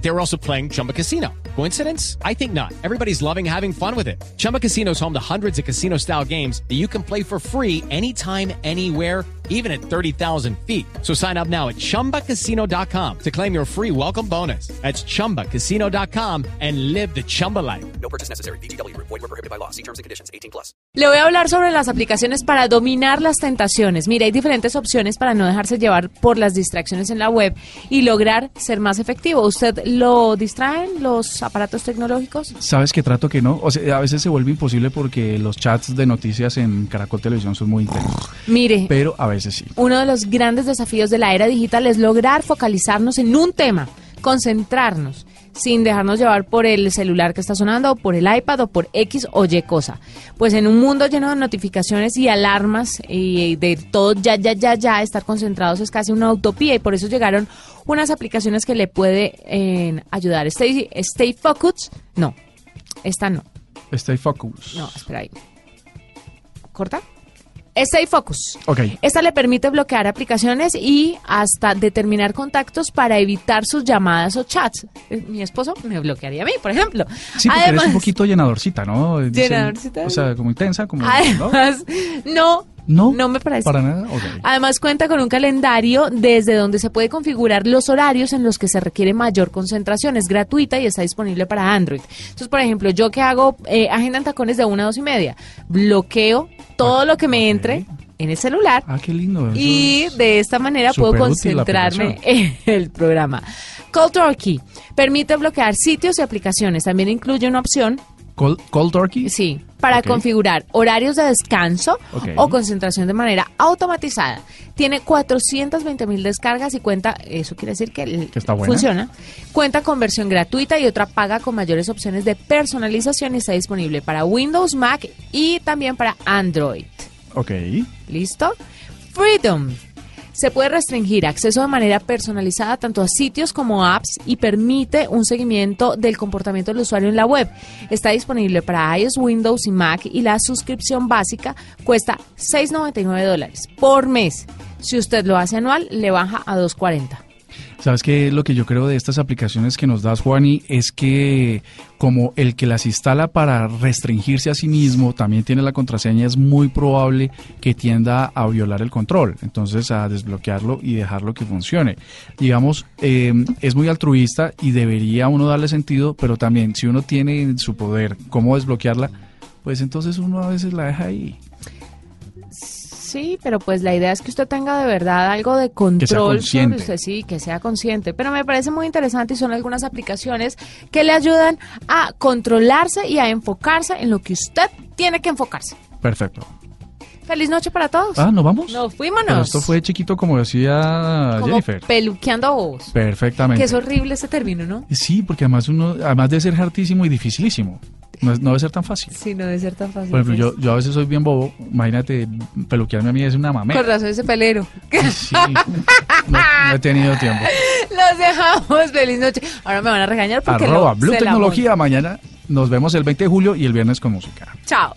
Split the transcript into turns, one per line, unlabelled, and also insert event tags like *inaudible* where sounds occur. They were also playing Chumba Casino. Coincidence? I think not. Everybody's loving having fun with it. Chumba Casino is home to hundreds of casino style games that you can play for free anytime, anywhere even at 30,000 feet. So sign up now at ChumbaCasino.com to claim your free welcome bonus. That's ChumbaCasino.com and live the Chumba life.
No purchase necessary. BGW. Void were prohibited by law. See terms and conditions. 18 plus.
Le voy a hablar sobre las aplicaciones para dominar las tentaciones. Mira, hay diferentes opciones para no dejarse llevar por las distracciones en la web y lograr ser más efectivo. ¿Usted lo distraen los aparatos tecnológicos?
¿Sabes qué trato que no? O sea, a veces se vuelve imposible porque los chats de noticias en Caracol Televisión son muy intensos.
Mire,
Pero a veces sí.
uno de los grandes desafíos de la era digital es lograr focalizarnos en un tema, concentrarnos, sin dejarnos llevar por el celular que está sonando, o por el iPad o por X o Y cosa. Pues en un mundo lleno de notificaciones y alarmas y de todo ya, ya, ya, ya, estar concentrados es casi una utopía y por eso llegaron unas aplicaciones que le pueden ayudar. Stay, stay Focus, no, esta no.
Stay focus.
No, espera ahí. ¿Corta? Stay Focus.
Ok.
Esta le permite bloquear aplicaciones y hasta determinar contactos para evitar sus llamadas o chats. Eh, Mi esposo me bloquearía a mí, por ejemplo.
Sí, porque eres
*laughs*
un poquito llenadorcita, ¿no? Dicen,
Llenadorcita.
O sea, como intensa, como... ¿no?
además, no,
No,
no, me parece.
Para nada, ok.
Además cuenta con un calendario desde donde se puede configurar los horarios en los que se requiere mayor concentración. Es gratuita y está disponible para Android. Entonces, por ejemplo, yo que hago eh, agenda en tacones de una a dos y media, bloqueo todo
Ah,
lo que me
ok.
entre en el celular
Ah, qué lindo. eso
y
es-
de esta manera puedo
Súper útil la
concentrarme en el programa. Cold Turkey permite bloquear sitios y aplicaciones. También incluye una opción,
Cold, cold turkey.
sí, para
Ok.
configurar horarios de descanso
Ok.
o concentración de manera automatizada. Tiene 420 mil descargas y cuenta, eso quiere decir que, el-
Que está buena.
funciona. Cuenta con versión gratuita y otra paga con mayores opciones de personalización y está disponible para Windows, Mac y también para Android.
Ok.
¿Listo? Freedom. Se puede restringir acceso de manera personalizada tanto a sitios como apps y permite un seguimiento del comportamiento del usuario en la web. Está disponible para iOS, Windows y Mac y la suscripción básica cuesta 6,99 dólares por mes. Si usted lo hace anual, le baja a 2,40.
¿Sabes qué? Lo que yo creo de estas aplicaciones que nos das, Juani, es que como el que las instala para restringirse a sí mismo también tiene la contraseña, es muy probable que tienda a violar el control. Entonces, a desbloquearlo y dejarlo que funcione. Digamos, eh, es muy altruista y debería uno darle sentido, pero también si uno tiene en su poder cómo desbloquearla, pues entonces uno a veces la deja ahí.
Sí, pero pues la idea es que usted tenga de verdad algo de
Que sea
control sobre
consciente.
usted, sí, que sea consciente. Pero me parece muy interesante y son algunas aplicaciones que le ayudan a controlarse y a enfocarse en lo que usted tiene que enfocarse.
Perfecto.
Feliz noche para todos.
Ah, ¿nos vamos?
Nos fuimos.
Pero esto fue chiquito como decía
como
Jennifer.
peluqueando a bobos.
Perfectamente.
Que es horrible ese término, ¿no?
Sí, porque además uno, además de ser hartísimo y dificilísimo, no, es- no debe ser tan fácil.
Sí, no debe ser tan fácil. Pues,
Por ejemplo, yo, yo a veces soy bien bobo, imagínate, peluquearme a mí es una
Con
mamera.
razón ese pelero. *laughs*
Sí, no, no he tenido tiempo.
Los dejamos. Feliz noche. Ahora me van a regañar porque
Arroba
lo-
Blue
se la
Tecnología, mañana nos vemos el 20 de julio y el viernes con música.
monto. Chao.